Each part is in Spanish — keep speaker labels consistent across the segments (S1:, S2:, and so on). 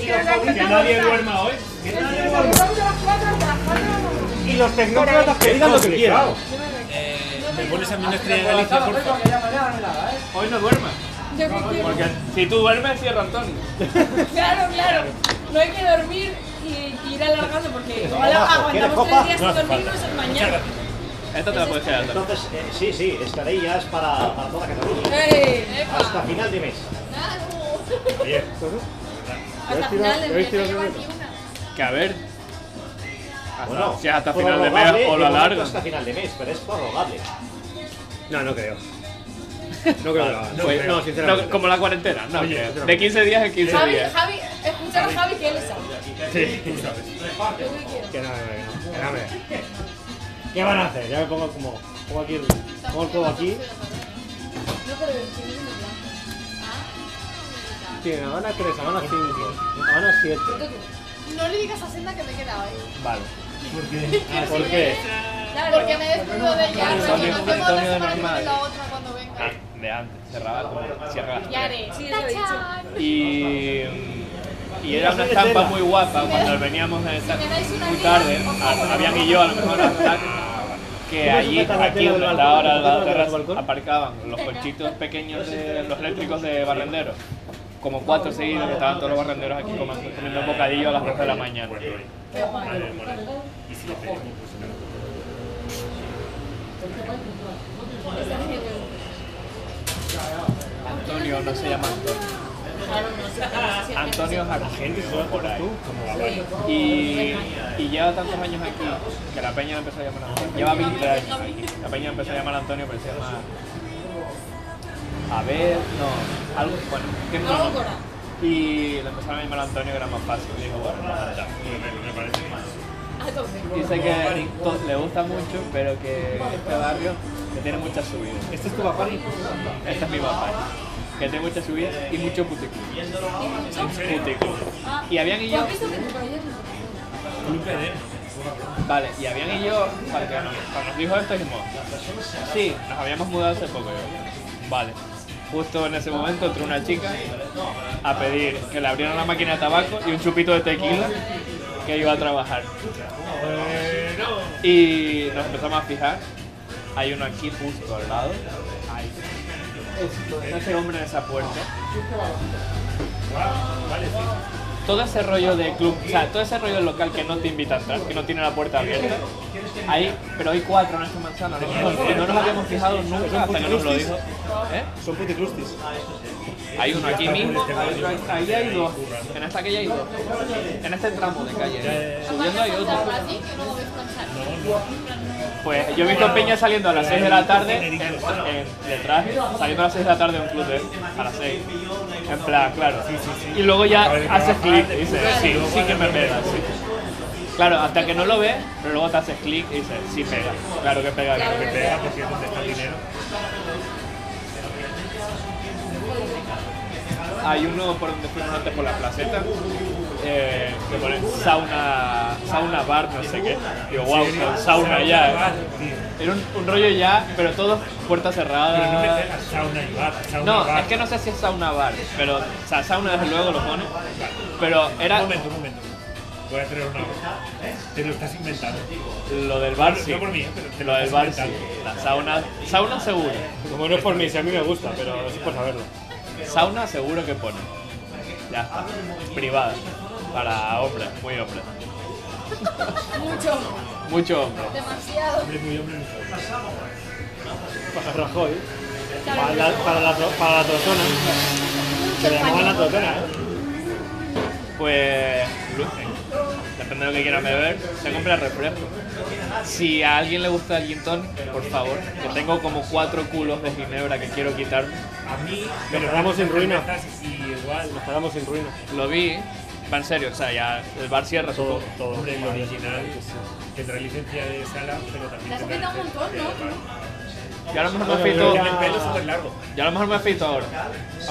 S1: Que nadie duerma hoy. Que nadie duerma.
S2: Y los tecnócratas que digan lo que quieran.
S1: Me pones a mí una estrella de Galicia, por favor.
S3: ¿eh?
S1: Hoy no duermas.
S4: Yo que quiero.
S1: Porque si tú duermes, cierra Antonio.
S4: Claro, claro. No hay que dormir y ir alargando porque igual aguantamos tres días sin dormirnos en mañana.
S1: Esta te la puedes quedar. Antonio.
S2: Entonces, eh, sí, sí, estrellas para, para toda Cataluña.
S4: ¡Ey! ¡Epa!
S2: Hasta final de mes.
S4: ¡Claro!
S2: Bien.
S4: Hasta final de mes, no llevo ni una.
S1: Que a ver. Hasta,
S2: Bueno,
S1: si es hasta final de mes
S2: prorrogable, de
S1: o lo
S2: momento
S1: alargas.
S2: Hasta final de mes, pero es prorrogable.
S3: No, no creo. No creo que lo hagan.
S1: Pues,
S3: no, sinceramente.
S1: no, como la cuarentena, no.
S3: Oye,
S1: que
S3: sinceramente.
S1: de 15 días en 15
S4: Javi,
S1: días.
S4: Javi, escuchar a Javi que él sabe.
S3: Sí.
S4: Yo que quiero.
S3: Que no, no, no, que no, hombre. ¿Qué van a hacer? Ya me pongo como. Pongo aquí el, pongo el codo aquí.
S4: No, pero el chino es blanco.
S3: Tiene Habana 3, Habana 5, Habana 7.
S5: No le digas a Senda que me he quedado ahí.
S3: Vale. ¿Por qué?
S4: Claro,
S5: Porque me despido de ella.
S1: Antonio,
S5: porque nos vemos la
S1: Antonio
S5: semana que
S1: normal.
S5: viene la otra cuando venga.
S1: Ah, De antes, cerraba como cierra.
S4: Ya haré. Sí, lo he dicho.
S5: ¡Tachán!
S1: Y, y era una estampa muy guapa cuando veníamos de esa- muy tarde, a- Fabián y yo a lo mejor a hablar, que allí, aquí donde está ahora la terraza, aparcaban los cochitos pequeños de los eléctricos de barrenderos. Como cuatro seguidos que estaban todos los barrenderos aquí comiendo, comiendo bocadillo a las 2 de la mañana. Antonio no se llama Antonio. Antonio es argentino por ahí. Y, y lleva tantos años aquí que la peña le empezó a llamar Antonio. Lleva 20 años aquí. La peña le empezó a llamar Antonio, pero se llama. A ver, no. Algo, bueno, que es un nombre. Y le empezaron a llamar Antonio, que era más fácil. Y dijo, bueno, ya.
S4: A tope.
S1: Dice que to- le gusta mucho, pero que este barrio que tiene muchas subidas. ¿Este es tu papá? Este es mi papá. Que tiene muchas subidas y mucho puticlub. Puticlub. Y habían y
S4: ¿Tú
S1: yo.
S4: has visto que tu cabello es blanco?
S1: Vale, y habían y yo. Para que nos, cuando nos dijo esto, dijimos. Sí, nos habíamos mudado hace poco. yo, Vale. Justo en ese momento entró una chica a pedir que le abrieran la máquina de tabaco y un chupito de tequila que iba a trabajar. Y nos empezamos a fijar. Hay uno aquí justo al lado. Ahí. Está ese hombre en esa puerta. Todo ese rollo de club, o sea, todo ese rollo local que no te invita a entrar, que no tiene la puerta abierta. Hay, pero hay cuatro en esta manzana, ¿no? que no nos habíamos fijado nunca hasta que nos lo dijo. ¿Eh?
S3: Son puticrustis.
S1: Hay uno aquí mismo, hay otro ahí ahí hay dos. En esta calle hay dos. En este tramo de calle. Subiendo hay otro.
S5: Así que no descansar.
S1: Pues yo he visto peña saliendo a las 6 de la tarde, en, en- de traje, saliendo a las 6 de la tarde de un club, ¿eh? a las 6. En plan, claro. Y luego ya haces clic y dices, sí, sí que me pega, sí. Claro, hasta que no lo ves, pero luego te haces clic y dices, sí pega. Claro que pega, claro que pega.
S6: pues,
S1: Ah. Hay uno por donde fuimos antes por la placeta. eh, que pone sauna, sauna bar, no sé qué. Digo, wow, con sauna ya. eh. Era un, un rollo ya, pero todo puerta cerrada. No, es que no sé si es sauna bar, pero, o sea, sauna desde luego lo pone. Pero
S6: Un
S1: era
S6: momento, un momento. Voy a traer una cosa. Te lo estás inventando.
S1: lo del bar, sí.
S6: No por mí, ¿eh? pero te
S1: Lo del
S6: estás
S1: bar, sí.
S6: inventando.
S1: La sauna, sauna seguro.
S3: Como no es por mí, si a mí me gusta, pero es por saberlo.
S1: Sauna seguro que pone. Ya está. Privada. Para hombres, muy hombres.
S4: Mucho.
S1: Mucho hombre.
S4: Demasiado.
S6: Hombre, muy hombre, muy hombre.
S3: Para Rajoy. Para la, para la, to- para la totona. Se le llamaban la totona, ¿eh?
S1: Pues. lu- Depende de lo que quieran beber, se compra refresco. Si a alguien le gusta el gin tonic, por favor, que tengo como cuatro culos de ginebra que quiero quitar.
S6: A mí.
S3: Que nos quedamos sin ruina.
S6: estás Y igual.
S3: Nos quedamos sin ruina.
S1: Lo vi, va en serio, o sea, ya el bar cierra,
S3: Todo,
S1: supongo.
S3: todo.
S6: Hombre, el original tendrá licencia de sala, pero también
S4: Te has
S6: tendrá
S4: pintado un
S6: licencia
S4: montón,
S6: de
S4: ¿no?
S6: bar.
S1: Yo a lo mejor me
S3: Bueno,
S1: afeito,
S3: yo
S6: El pelo es súper largo.
S1: yo a lo mejor me afeito ahora,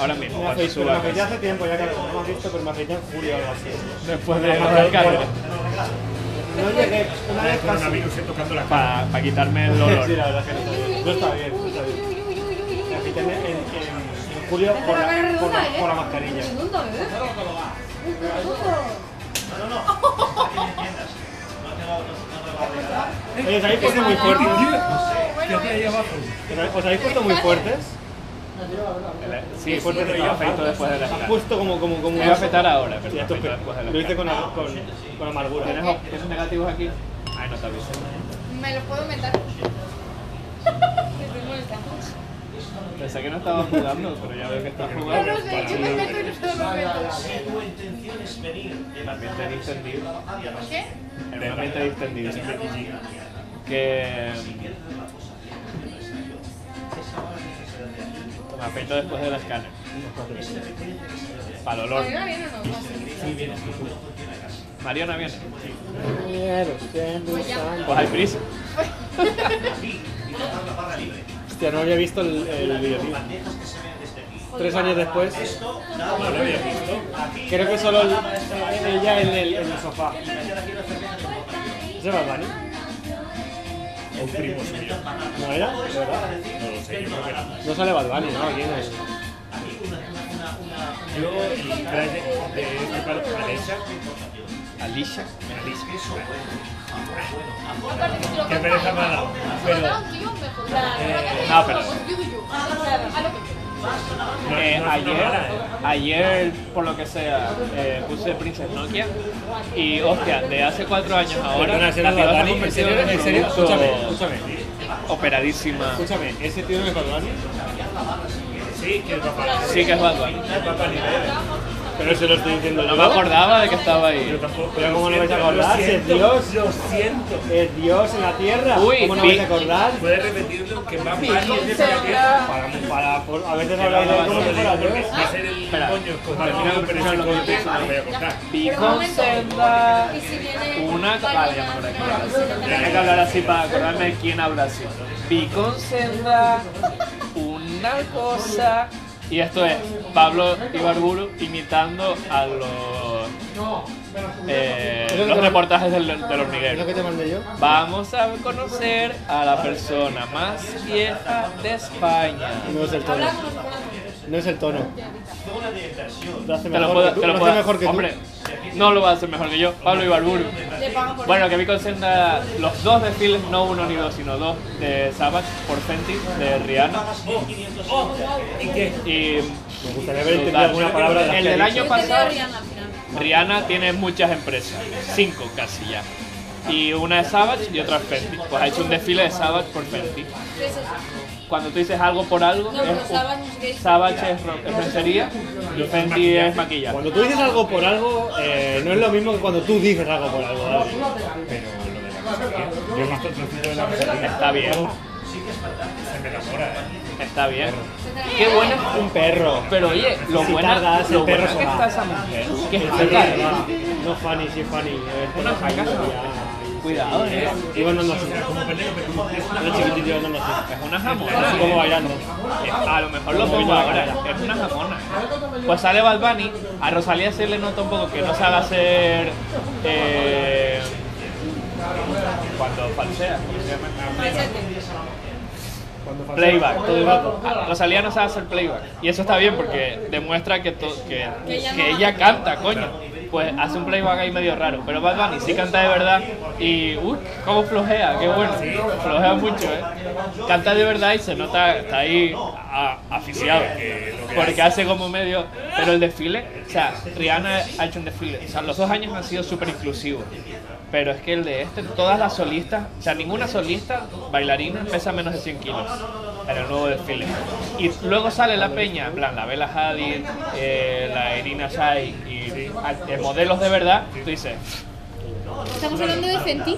S1: ahora mismo,
S3: Me
S1: cuando
S3: afeité,
S1: suba pues.
S3: me
S1: a casa.
S3: afeité Pues hace tiempo ya que no me has visto, pero me afeité en julio o algo así.
S1: Después Pues de arrancar,
S3: No llegué, una
S6: El
S3: vez casi.
S6: coronavirus eh, tocando la cara.
S1: para quitarme el dolor.
S3: Sí, la verdad es que no está bien. No está bien, no está bien.
S5: ¿eh?
S7: ¿eh?
S3: Me afeité en, en- en julio por la, por la- por la mascarilla.
S4: Segundo, ¿eh?
S3: Oye, ¿os habéis puesto Este muy fuertes?
S6: ¿Qué hace ahí abajo?
S3: ¿Os habéis puesto muy fuertes?
S1: Sí, fue el afecto después de la
S3: Has
S1: gira.
S3: puesto como... como, como
S1: Me va a afectar ahora, pero
S3: Sí,
S1: me
S3: esto es
S1: afecta
S3: pe-
S1: después de la
S3: Lo hice con,
S1: gira.
S3: con, con
S1: ¿Tienes
S3: amargura.
S1: op- ¿Tienes negativos aquí? Ay, no te aviso.
S5: Me lo puedo inventar. Estoy molestando.
S1: Pensé que no estabas jugando, pero ya veo que estás
S5: No
S1: jugando.
S5: lo sé, yo me invento y no lo invento.
S1: El ambiente distendido.
S5: ¿Qué?
S1: En un ambiente distendido. Que... mm, Me afecto después del escáner. Para el olor.
S5: ¿Mariona viene o no?
S1: Mariona viene.
S5: Pues ya.
S1: Pues hay prisa.
S3: Hostia, no había visto el, el videoclip. Tres años después,
S6: No lo había visto.
S3: creo que solo el- ella en el, en el sofá. ¿Ese Bad Bunny?
S6: O un primo suyo.
S3: ¿No era? ¿De verdad?
S6: No lo sé, yo creo que no.
S3: No sale Bad Bunny, ¿no? Aquí en el...
S6: Yo, el traje de este par- Alexa,
S1: Alicia.
S5: Aparte que si lo
S6: Qué
S5: canta-
S6: pereza me ha dado,
S5: Si
S6: pero-
S5: lo canta un tío,
S3: Eh,
S5: mejor. Pero
S1: no,
S5: acá
S1: pero-
S5: tenemos you do you.
S3: Ah,
S5: A lo que-
S6: no-
S1: Eh,
S6: no es una
S1: ayer,
S6: mala, ¿eh?
S1: ayer, por lo que sea, eh, puse Princess Nokia y, hostia, de hace cuatro años ahora,
S3: Perdona,
S1: la
S3: ese era
S1: ciudad se
S3: Bad
S1: ha
S3: Bunny. ¿En
S1: convertido
S3: serio?
S1: en un
S3: ¿En serio?
S1: producto
S3: Escúchame, escúchame.
S1: operadísima.
S3: Escúchame, ¿ese tío no es Bad Bunny?
S6: Sí, que el papá.
S1: Sí que es Bad Bunny.
S6: El papá ni idea.
S3: Pero se lo estoy diciendo
S1: No me acordaba de que estaba ahí.
S6: Yo tampoco.
S3: Pero ¿cómo no
S6: lo
S3: vais a
S6: siento,
S3: acordar?
S6: lo
S3: Si es
S6: siento,
S3: Dios.
S6: Lo siento.
S3: Es Dios en la tierra.
S1: Uy,
S3: ¿Cómo no
S1: vi-
S3: vais a acordar?
S6: ¿Puedes repetirlo? Que va mal y es de la tierra.
S3: Para, para, por- a veces
S6: Que va
S3: hablamos
S6: mal,
S3: de
S6: no
S3: cómo
S6: lo
S3: fuera
S6: digo, porque
S3: Dios.
S6: va a ser el
S1: Espera.
S6: coño
S1: Vale,
S6: contaminado,
S1: mira,
S6: pero
S1: ya
S6: ese
S1: lo
S6: corte
S1: digo.
S6: no lo voy a contar.
S1: Y
S4: Pero un
S1: con
S4: momento.
S1: senda-
S4: Y si viene
S1: Una. Vale, ya me acordé. Tenía que hablar así para acordarme de quién habla así. Vi con senda una cosa. Y esto es Pablo Ibarburu imitando a los, eh, los reportajes del, del
S3: ¿Es lo que
S1: hormiguero.
S3: te mandé yo?
S1: Vamos a conocer a la persona más vieja de España.
S3: No es el tono.
S4: Habla como si fuera mujer.
S3: No es el tono. Lo hace
S1: Te lo
S3: mejor
S1: puedo,
S3: que tú,
S1: te lo
S3: lo
S1: puedo-
S3: hace mejor que tú.
S1: hombre, no lo va a hacer mejor que yo, Pablo Ibarburu.
S4: Le pagan por
S1: Bueno, que vi con Senda los dos desfiles, no uno ni dos, sino dos de Savage por Fenty, de Rihanna.
S6: ¿Y qué?
S1: Y
S3: Me gustaría haber entendido alguna palabra de las
S1: El
S3: que ha
S1: del
S3: dicho.
S1: año
S4: Yo te veo
S1: pasado-
S4: Rihanna al final.
S1: Rihanna tiene muchas empresas, cinco casi ya. Y una es Savage y otra es Fenty. Pues ha hecho un desfile de Savage por Fenty.
S4: Entonces,
S1: Cuando tú dices algo por algo,
S4: No, pero
S1: es un-
S4: Savage es gay.
S1: Savage es ro- es lencería y Fenty es maquillaje.
S3: Cuando tú dices algo por algo, eh, no es lo mismo que cuando tú dices algo por algo. ¿vale?
S6: Pero lo de la cosa, tío. Yo más trocito de la cosa.
S1: Está bien,
S6: Se me enamora, ¿eh?
S1: está bien. Qué buena.
S3: Un perro.
S1: Pero oye, lo
S3: Si
S1: buena,
S3: tardas, el
S1: lo buena
S3: perro se
S1: que
S3: va.
S1: está esa mujer, que es
S3: El
S1: jaca,
S3: perro se
S1: ¿eh?
S3: va. No funny, sí Eh, funny. El
S1: Una
S3: perro
S1: jaca,
S3: se
S1: ¿no?
S3: va.
S1: Cuidado, eh.
S3: Iba andando así.
S6: Como peleo, pero como es
S3: Era chiquitito iba andando así.
S1: Es una jamona.
S3: Así como
S1: eh.
S3: bailando.
S1: Eh, A lo mejor lo pongo ahora. Es una jamona. Pues sale Bad Bunny. A Rosalía se le nota un poco que no sabe hacer. eh, cuando falsea. ¿cómo se llama? Playback.
S3: Todo el rato.
S1: A- Rosalía Ah, no sabe hacer playback. Y eso está bien porque demuestra que, to- que,
S4: Que ella no
S1: que ella canta, coño. Pues hace un playback ahí medio raro. Pero Bad Bunny sí canta de verdad. Y, uy, cómo flojea, qué bueno. Flojea mucho, ¿eh? Canta de verdad y se nota, está ahí a- aficiado. Porque hace como medio. Pero el desfile, o sea, Rihanna ha hecho un desfile. O sea, los dos años han sido súper inclusivos. Pero es que el de este, todas las solistas, o sea, ninguna solista bailarina pesa menos de 100 kilos en el nuevo desfile. Y luego sale la peña, en plan, la Bella Hadid, eh, la Irina Shayk y a- eh, modelos de verdad, tú dices,
S5: Estamos hablando de Fenty.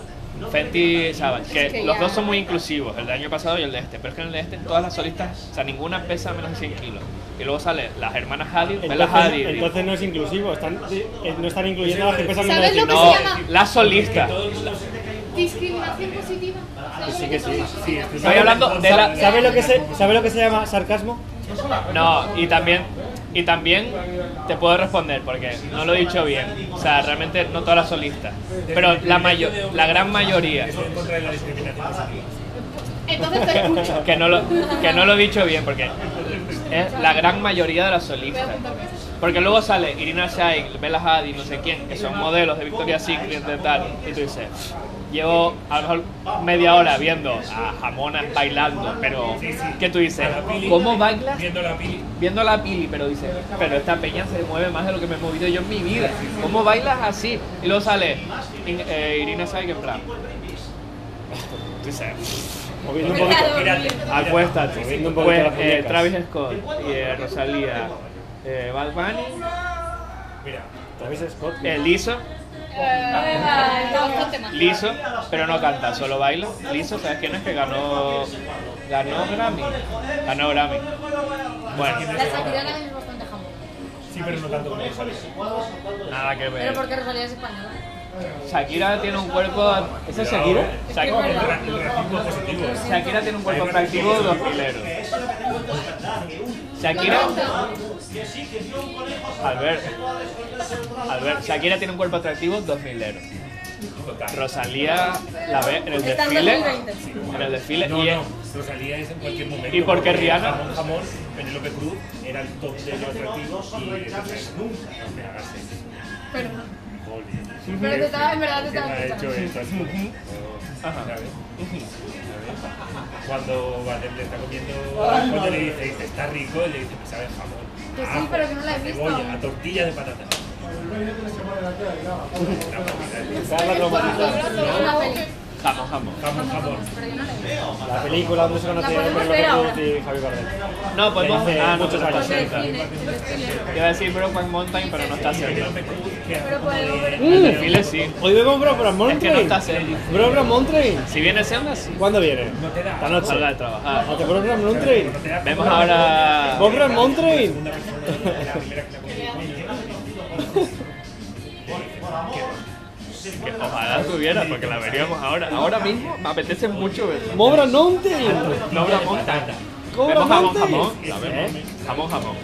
S1: Fenty Savage, que,
S5: Es que
S1: los
S5: ya-
S1: dos son muy inclusivos, el del año pasado y el de este, pero es que en el de este todas las solistas, o sea, ninguna pesa menos de 100 kilos. Y luego sale las hermanas Hadid, Bella Hadid. y-
S3: Entonces, entonces no es inclusivo. Están, eh, no están incluyendo a las que pesan menos de
S5: ¿Sabes lo que
S3: 100
S1: no,
S5: se llama?
S1: las solistas.
S5: Discriminación positiva. ¿Sabes
S3: sí
S5: lo
S3: que
S5: que
S3: sí.
S5: son?
S6: Sí, estoy
S1: Estoy hablando de la...
S3: ¿Sabes lo, que se, ¿Sabes lo que se llama sarcasmo?
S1: No, y también, y también te puedo responder porque no lo he dicho bien. O sea, realmente no todas las solistas, pero la mayor, la gran mayoría
S6: en contra de la discriminación.
S1: Ah,
S5: Entonces te escucho.
S1: que no lo que no lo he dicho bien porque es la gran mayoría de las solistas. Porque luego sale Irina Shayk, Bella Hadid, no sé quién, que son modelos de Victoria's Secret de tal, y tú dices, llevo a lo mejor media hora viendo a jamonas bailando, pero que tú dices, ¿cómo bailas?
S6: Viendo la pili.
S1: Viendo la pili, pero dices, pero esta peña se mueve más de lo que me he movido yo en mi vida, ¿cómo bailas así? Y luego sale In- eh, Irina Shayk en plan, tú dices,
S3: Moviendo un poquito.
S6: Mírate.
S1: acuéstate.
S3: Moviendo un poquito
S1: Pues
S3: las
S1: eh,
S3: muñecas.
S1: Travis Scott y eh, Rosalía, eh, Bad Bunny,
S6: Mira.
S3: Travis Scott.
S1: eh, Lizzo,
S5: Bastante más.
S1: liso, pero no canta, solo baila. Liso, ¿sabes quién es que ganó? Ganó Grammy. Ganó Grammy. Bueno,
S7: La Shakira es bastante jamón.
S6: Sí, pero no tanto como Rosalía.
S1: nada que
S7: Pero
S1: ver.
S7: porque Rosalía es española.
S1: Shakira tiene un cuerpo. ¿Esa es Shakira? Shakira,
S6: Ra- Racismo positivo.
S1: Shakira tiene un cuerpo atractivo de dos pileros. Shakira. Albert. Albert. Shakira tiene un cuerpo atractivo dos mileros.
S6: Total.
S1: Rosalía la ve en el
S7: Está en
S1: desfile.
S7: 2020.
S1: En el desfile
S6: No,
S1: y es.
S6: no. Rosalía es en cualquier momento.
S1: ¿Y por qué Rihanna?
S6: Jamón, jamón. Penélope Cruz era el top de los atractivos y entonces nunca me hagas eso. Jolín.
S7: Pero te estaba- en verdad te
S6: ¿Quién
S7: estaba
S6: ha hecho esto?
S1: Ajá.
S6: ¿Sabes? Cuando Valer le está comiendo cuando le dice, dice, está rico, y le dice, me sabe a jamón.
S7: Que
S6: a
S7: sí,
S6: ajo,
S7: pero que no la he
S6: a
S7: visto.
S6: Cebolla, a tortilla de patata.
S3: Carla traumatizada.
S7: La peli.
S1: Jamón, jamón.
S6: Jamón, jamón.
S7: Pero yo no la he visto.
S3: La película donde se
S7: La
S3: conocieron
S7: podemos
S3: Penélope
S7: ver
S3: Cruz
S7: ahora.
S3: y Javier Bardem.
S1: No, podemos.
S3: Desde
S1: Ah, no,
S3: muchos
S1: no,
S3: años.
S1: no, no, no.
S7: El desfile.
S1: Iba a decir Brokeback Mountain, pero no está cerca.
S6: Penélope Cruz, que hace
S7: Pero
S6: como
S7: podemos
S3: Mm,
S6: de-
S7: ver.
S1: El desfile sí.
S3: Hoy vemos Brokeback
S1: Es que no
S3: Mountain.
S1: está cerca.
S3: Brokeback Mountain.
S1: Si viene Senda, sí.
S3: ¿Cuándo viene?
S6: No te da.
S3: Esta noche.
S1: Salga de trabajar.
S3: ¿A Brokeback Mountain?
S6: no te da-
S1: Vemos ahora.
S3: ¿Brokeback Mountain?
S6: Una persona de la primera que la
S1: que ojalá tuviera, porque la veríamos ahora. Ahora mismo me apetece mucho ver.
S3: ¡Mobra Mountain!
S1: Cobra Mountain.
S3: Cobra
S1: Vemos jamón,
S3: Mountain.
S1: jamón. La
S3: ¿Eh?
S1: vemos. Jamón, jamón.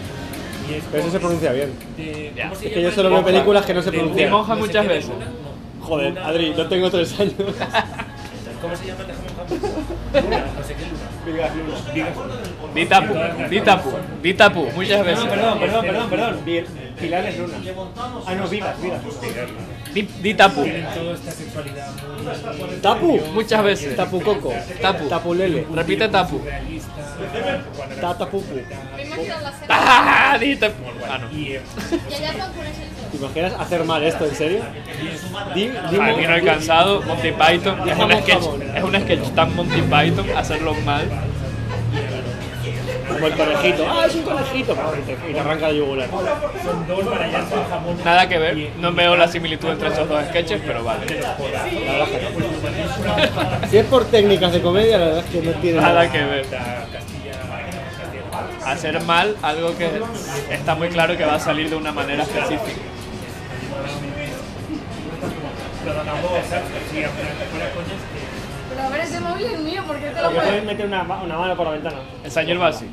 S6: Y es
S3: Pero eso se pronuncia bien.
S6: de-
S1: Ya.
S6: ¿cómo se
S3: Es que yo
S6: llama?
S3: solo veo películas que no se
S1: De
S3: pronuncian.
S1: monja muchas veces.
S3: Joder, Adri, no tengo tres años.
S6: ¿Cómo se llama el de jamón, jamón? Luna, no sé qué luna. Vigas Luna.
S1: Di tapu, di tapu, di tapu, muchas veces.
S3: perdón, perdón, perdón. Pilar es luna. Ah, no, vivas, vivas.
S1: Di, di tapu, Uh,
S6: Toda esta sexualidad muy
S3: Tapu.
S1: muchas veces.
S3: Tapu coco.
S1: Tapu.
S3: Tapulele.
S1: Repite tapu.
S6: realista. cuando era-
S3: Tata pupu.
S5: Me imagino la cena.
S1: Ah, di tapu. Ah, no.
S6: Y, eh,
S5: Y allá son puras el
S3: ¿Te imaginas hacer mal esto, en serio? Di, di-
S1: Aquí no he cansado, Monty Python es un
S3: Jamón,
S1: sketch,
S3: jamón.
S1: es un sketch tan Monty Python hacerlo mal.
S3: Como el conejito. Ah, es un conejito. Y te- Y te arranca la yugular.
S6: son dos barallas con jamón.
S1: Nada que ver, no veo la similitud entre esos dos sketches, pero vale.
S3: Si es por técnicas de comedia, la verdad es que no tiene
S1: Nada que ver.
S6: La Castilla, Castilla.
S1: Hacer mal algo que está muy claro que va a salir de una manera específica.
S6: Pero tampoco, ¿sabes? Sí, apenas fuera coñas, que-
S7: Pero a ver, ese móvil es mío, ¿por qué te
S3: Yo
S7: lo
S3: voy a
S7: puedes?
S3: meter una, ma- una mano por la ventana.
S1: Enseña el basi.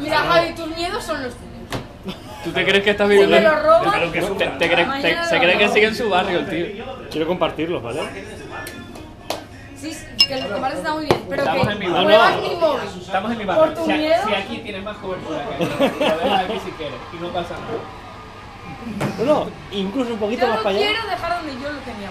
S7: Mira, Javi, tus miedos son los tuyos.
S1: ¿Tú te crees que estás viviendo?
S7: Si me lo roban,
S1: te- te- te crees- te- se cree que sigue en su barrio, el tío.
S3: Quiero compartirlos, ¿vale?
S7: Sí, sí, que los tomares está muy bien, pero que
S1: Estamos en vivo.
S7: muevas
S3: No, no.
S7: mi móvil.
S1: Estamos en mi
S7: barrio. ¿Por tu Si a- miedo? si
S1: aquí tienes más cobertura que
S3: aquí, lo dejas aquí
S1: si quieres y no pasa nada.
S3: No, no, incluso un poquito
S7: Yo
S3: más
S7: lo
S3: para allá.
S7: quiero dejar donde yo lo tenía.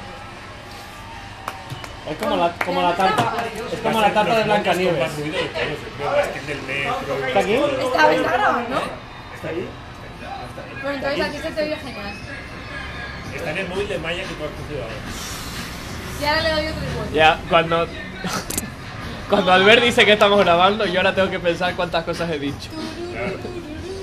S7: puesto.
S3: Es como la, como la tarta, es como la tarta de Blancanieves.
S6: Más ruido de todos, no, es que el del metro.
S3: ¿Está aquí?
S7: Está, está grabando, ¿no? Pero entonces aquí se te oye genial.
S6: Está en el móvil de Maya que tú has cogido ahora.
S7: Y ahora le doy otro vueltas.
S1: Ya, cuando. Cuando Albert dice que estamos grabando, yo ahora tengo que pensar cuántas cosas he dicho.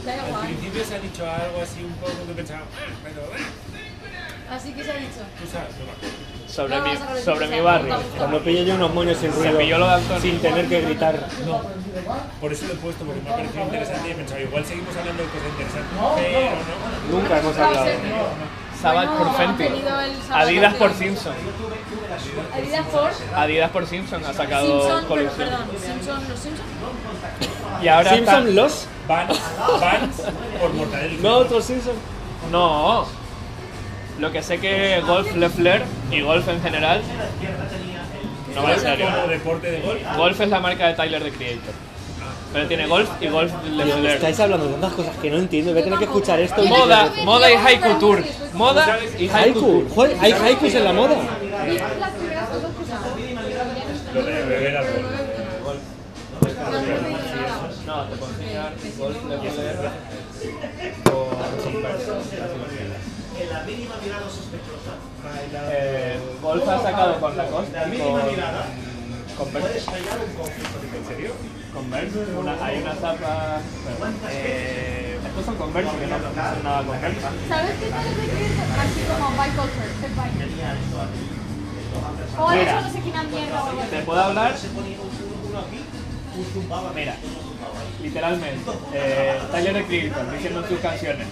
S7: Da
S6: Al
S7: igual.
S6: principio se ha dicho algo así un poco que pensaba, "Ah, pero ah,
S7: Así que se ha dicho.
S6: tú sabes, no me acuerdo.
S1: Sobre,
S7: No,
S1: mi,
S7: vamos a repetir,
S1: sobre mi
S7: sí,
S1: barrio.
S7: vamos.
S3: Cuando pille yo unos moños sin
S1: Se pilló lo
S3: ruido,
S1: de Antonio.
S3: sin tener que gritar.
S6: Por eso lo he puesto, porque me ha parecido interesante y he pensado, igual seguimos hablando de cosas interesantes, pero no.
S3: Nunca hemos hablado.
S1: Savage
S7: Bueno,
S1: por
S7: ha
S1: Fenty.
S7: tenido el Savage
S1: Adidas por
S7: de-
S1: Simpson.
S7: Adidas por
S1: Adidas por Simpson ha sacado
S7: Simpson, pero
S1: colección.
S7: perdón, Simpson, los Simpson.
S1: Y ahora está-
S3: ¿Simpson los?
S6: Vans, Vans por mortadelo.
S3: No, otros Simpson.
S1: No. Lo que sé que golf Leffler y golf en general. No va en
S6: Vans
S1: serio.
S6: como deporte de golf.
S1: Golf es la marca de Tyler the Creator. Pero tiene golf y golf de
S3: Tío,
S1: Soler.
S3: estáis hablando de tantas cosas que no entiendo. Voy a tener que escuchar esto.
S1: Moda, moda y haiku tour. Moda y haiku
S3: Haiku.
S1: tour.
S3: Joder, hay haikus en la moda.
S7: las primeras cosas que usaba.
S6: Lo de beber alcohol.
S1: No, te puedo enseñar golf de Soler. Eh, golf ha sacado con la costa y con Converse.
S6: ¿En serio?
S1: Converse, una, hay una zapa. perdón, Eh, estos son Converse que no son nada Converse.
S7: ¿Sabes qué tal es de Chris? Así como By Culture, de By. O de hecho, no sé quién a mierda o algo así.
S1: Te puedo hablar. Mira, literalmente, eh, Tyler de Creator diciendo en sus canciones.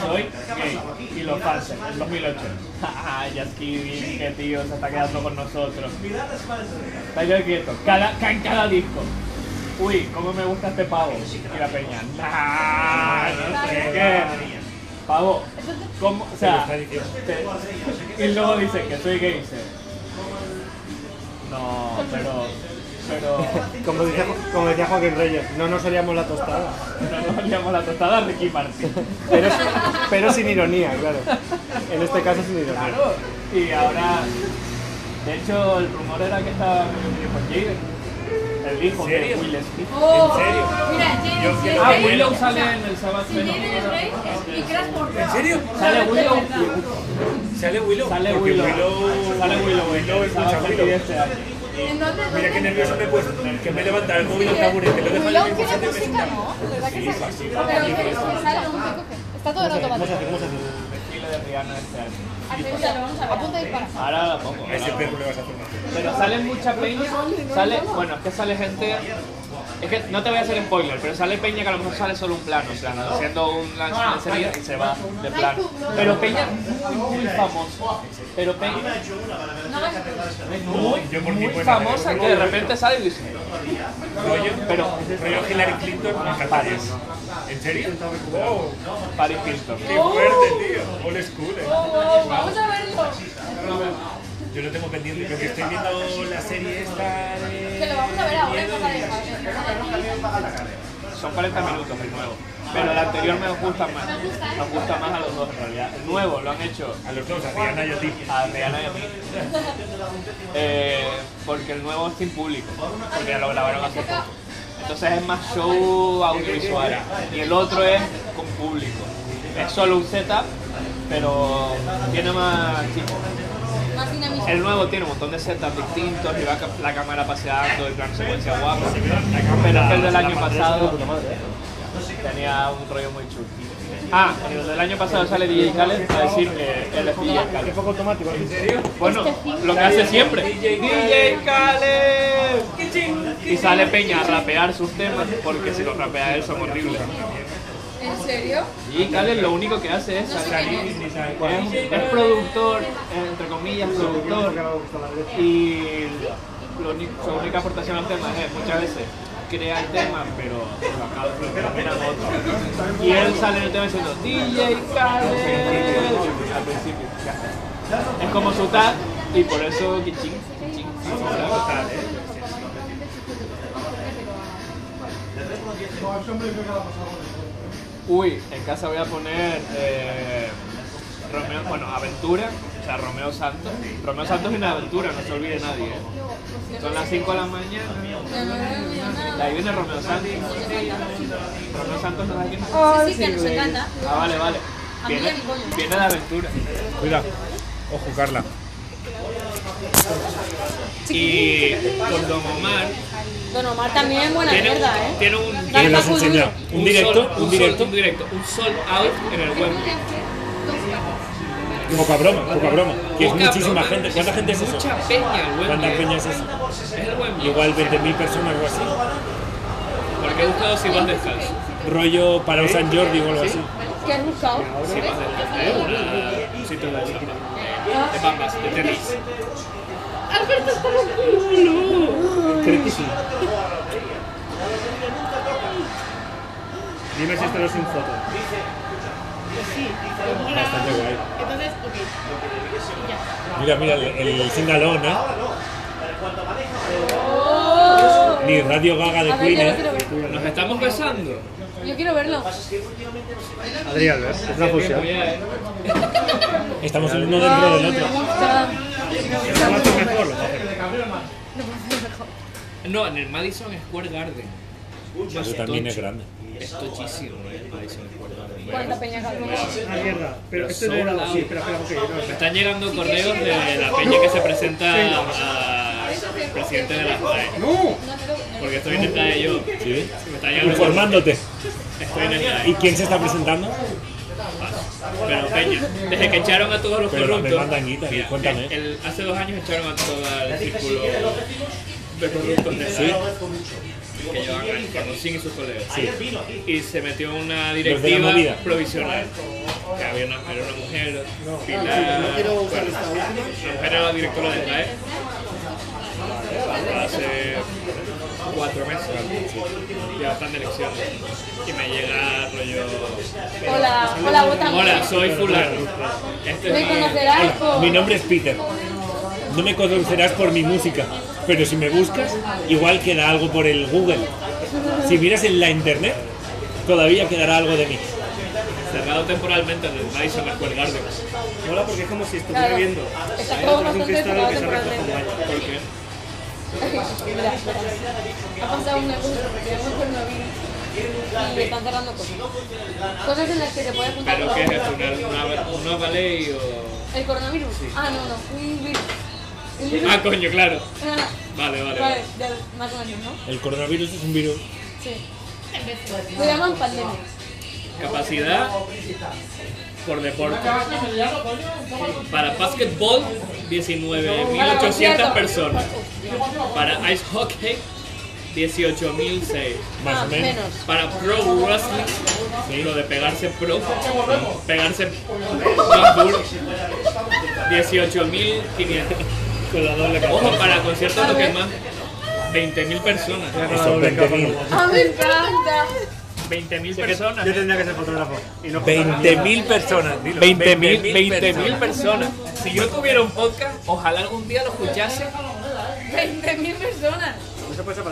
S1: Soy gay y lo falso en 2008. Just kidding, que tío se está quedando con nosotros. Tyler de Creator, cada, ca- en cada disco. Uy, cómo me gusta este pavo. Y la peña. Nah, no sé qué. Pavo, ¿cómo? O sea, te- y luego dice que soy gay. dice, no, pero. Pero.
S3: Como decía, como decía Joaquín Reyes, no nos haríamos la tostada.
S1: No nos liamos la tostada a Ricky Martin.
S3: Pero, pero sin ironía, claro. En este caso sin ironía.
S1: Claro. Y ahora, de hecho, el rumor era que estaba con Jaden. El hijo
S6: ¿En
S1: de
S6: serio?
S1: Will Smith.
S7: Oh,
S6: serio?
S7: Mira, James,
S6: Yo
S7: James
S6: quiero-
S1: Ah,
S7: Blake,
S1: Willow
S7: o sea,
S1: sale en el sábado.
S7: Si James Blake es micras por ¿En
S6: serio?
S1: Sale Willow.
S6: ¿Sale Willow?
S1: Sale
S6: Porque
S1: Willow.
S6: Willow.
S1: Sale Willow.
S6: Willow
S1: el sábado
S6: escucha Willow.
S1: 10 de año.
S7: ¿En dónde?
S6: Mira qué
S7: dónde-
S6: nervioso me he puesto. Que me he levantado el móvil al taburete. Lo dejo
S7: Willow
S6: ahí
S7: tiene
S6: mismo, se me
S7: música, ¿no? ¿Verdad que
S6: Sí,
S7: sale?
S6: sí, sí.
S7: Pero que que sale un poco que- Está todo en automático.
S1: El desfile de Rihanna este año.
S7: Atención, vamos a ver. Apunta y dispara.
S1: Ahora la pongo.
S6: A
S1: ahora la
S6: ese
S1: pongo.
S6: perro le vas a hacer una.
S1: Pero sale mucha peña, sale, bueno, es que sale gente, es que no te voy a hacer spoiler, pero sale peña que a lo mejor sale solo un plano, en plan, haciendo un lance una serie y se va de plano. Pero peña muy, muy famosa, pero peña
S7: No, es-
S1: muy,
S6: Yo por mi
S1: muy
S6: cuenta,
S1: famosa que
S6: yo por
S1: de
S6: mi
S1: repente sale y dice,
S6: Rollo,
S1: pero
S6: rollo Hillary Clinton me encantaría. ¿En serio? Wow,
S1: Oh, Paris Hilton.
S6: ¡Qué fuerte, tío! Old school, eh.
S7: oh, oh, Vamos a verlo.
S6: Yo lo tengo pendiente. Lo que estoy viendo la serie esta de...
S7: Que lo vamos a ver ahora en Copa de Fabio.
S1: Son 40 minutos el nuevo, pero el anterior me gusta más, nos gusta más a los dos en realidad. El nuevo lo han hecho
S6: A los dos, a Rihanna y a ti.
S1: a Rihanna y a mí. Eh, porque el nuevo es sin público, porque ya lo grabaron hace poco. Entonces es más show audiovisual. Y el otro es con público. Es solo un setup, pero tiene más chisme.
S7: Más dinamismo.
S1: El nuevo tiene un montón de setups distintos y va ca- la cámara paseando y plan secuencia guapa. Pero es que el del año pasado tenía un rollo muy chulo. Ah, el del año pasado sale DJ Khaled a decir que él es DJ Khaled.
S3: poco automático.
S6: ¿En serio?
S1: Bueno, lo que hace siempre. DJ Khaled. Y sale Peña a rapear sus temas porque si los rapea él son horribles.
S7: ¿En serio?
S1: Y Khaled lo único que hace es salir. Es, es productor, entre comillas, productor. Y lo único- su única aportación al tema es muchas veces crea el tema, pero lo acaba lo termina en otro. Y él sale en el tema diciendo DJ Khaled al principio. Es como su tag y por eso Kiching. Uy, en casa voy a poner eh, Romeo, bueno, Aventura, o sea, Romeo Santos. Romeo Santos es una aventura, no se olvide nadie. ¿eh? Son las 5 de la mañana, y ahí viene Romeo Santos. Romeo Santos no es aquí.
S7: Sí, sí, que nos encanta.
S1: Ah, vale, vale. Viene, viene la aventura.
S6: Cuidado. Ojo, Carla.
S1: Y con Don Omar
S7: Don Omar también es buena
S1: tiene,
S7: mierda, ¿eh?
S1: tiene un,
S7: ¿Quién
S6: nos enseña? ¿Un directo?
S1: sol-
S6: ¿Un directo?
S1: Un directo, un sold out en el web.
S6: Poca broma, poca broma. Que es
S1: Poca
S6: muchísima
S1: broma.
S6: gente. ¿Cuánta gente es eso?
S1: Mucha peña el web.
S6: ¿Cuánta peña es eso?
S1: Es el web.
S6: Igual 20.000 personas o así.
S1: Porque he buscado si vas descalzo.
S6: Rollo para un San Jordi o algo así.
S7: ¿Qué has buscado?
S1: Sí, vas descalzo.
S6: Eh,
S1: Es un sitio de descalzo. De bambas, de tenis.
S7: Alberto está loco.
S3: Creo que sí.
S6: Dime si esto no es un foto. Bastante guay.
S8: Entonces, ok.
S6: Mira, mira, el, el singalón, ¿eh? Ni Radio Gaga de
S7: Ah, oh. A ver,
S6: Queen,
S7: yo lo
S6: ¿eh?
S7: quiero ver.
S1: Nos estamos besando.
S7: Yo quiero verlo.
S3: Adrián, ¿ves? Es una fusión.
S1: Voy a-
S6: Estamos el uno dentro del otro.
S3: ¿Cuánto mejor? lo hacemos.
S1: No, en el Madison Square Garden.
S6: Pues Eso también es grande.
S1: Es tochísimo, ¿eh? el Madison Square Garden.
S7: ¿Cuánta peña calvo?
S3: Una mierda. Pero esto no era así. Espera, espera, ok. No,
S1: Me
S3: espera.
S1: están llegando correos de la peña que se presenta a al presidente de la JAE. Porque estoy en el TAE yo.
S6: ¿Sí?
S1: Me está llegando
S6: Informándote.
S1: Estoy en el TAE.
S6: ¿Y quién se está presentando?
S1: Pero peña, desde que echaron a todos los
S6: Pero dame
S1: corruptos.
S6: mandanguita,
S1: Mira,
S6: cuéntame.
S1: el- el- hace dos años echaron a todo el círculo de corruptos de la que llevaban años, Carnosín y sus colegas. Y se metió una directiva
S6: movida.
S1: provisional. Que había una, era una mujer, Pilar, bueno, la mujer era la directora de TAE. hace cuatro meses ya están de elecciones y me llega rollo
S7: Hola, hola, vota.
S1: hola soy fulano este
S7: Me
S1: es mi-
S7: conocerás por.
S6: Mi nombre es Peter. No me conocerás por mi música, pero si me buscas, igual queda algo por el Google. Si miras en la internet, todavía quedará algo de mí.
S1: cerrado temporalmente en el Madison Square Garden
S3: Mola porque es como si estuviera
S7: Claro.
S3: viendo.
S7: Está todo
S3: Es un
S7: bastante
S3: cristal
S7: cerrado
S3: que se refleja en un
S7: temporalmente.
S3: baño.
S1: porque
S7: Mira, espera. Ha pasado una cosa, tenemos coronavirus. Y están cerrando cosas. Cosas en las que te puedes juntar
S1: pero
S7: con
S1: que es
S7: otros.
S1: esto una, una, una ballet o
S7: ¿El coronavirus? Ah, no, no, un virus. Un virus.
S1: ah coño claro
S7: No, no.
S1: vale vale,
S7: Vale,
S1: vale.
S7: ya, más o menos, ¿no?
S6: El coronavirus es un virus.
S7: Sí. Lo llaman pandemia.
S1: capacidad por deporte para basketball 19.800 personas para ice hockey 18.006
S6: Más
S7: Ah,
S6: o menos.
S7: menos.
S1: para pro wrestling lo de pegarse pro pegarse más duro 18.500
S3: Con la doble capa.
S1: ojo para conciertos lo que más 20.000 personas
S6: Eso, 20.000.
S7: ¡Ah, me encanta!
S1: 20.000
S3: Yo
S1: personas
S3: tendría que ser fotógrafo. Y no
S6: 20.000 personas. dilo.
S1: 20.000
S6: personas.
S1: 20.000 personas. Si yo tuviera un podcast, ojalá algún día lo escuchase
S7: 20.000 personas.
S3: No se puede ser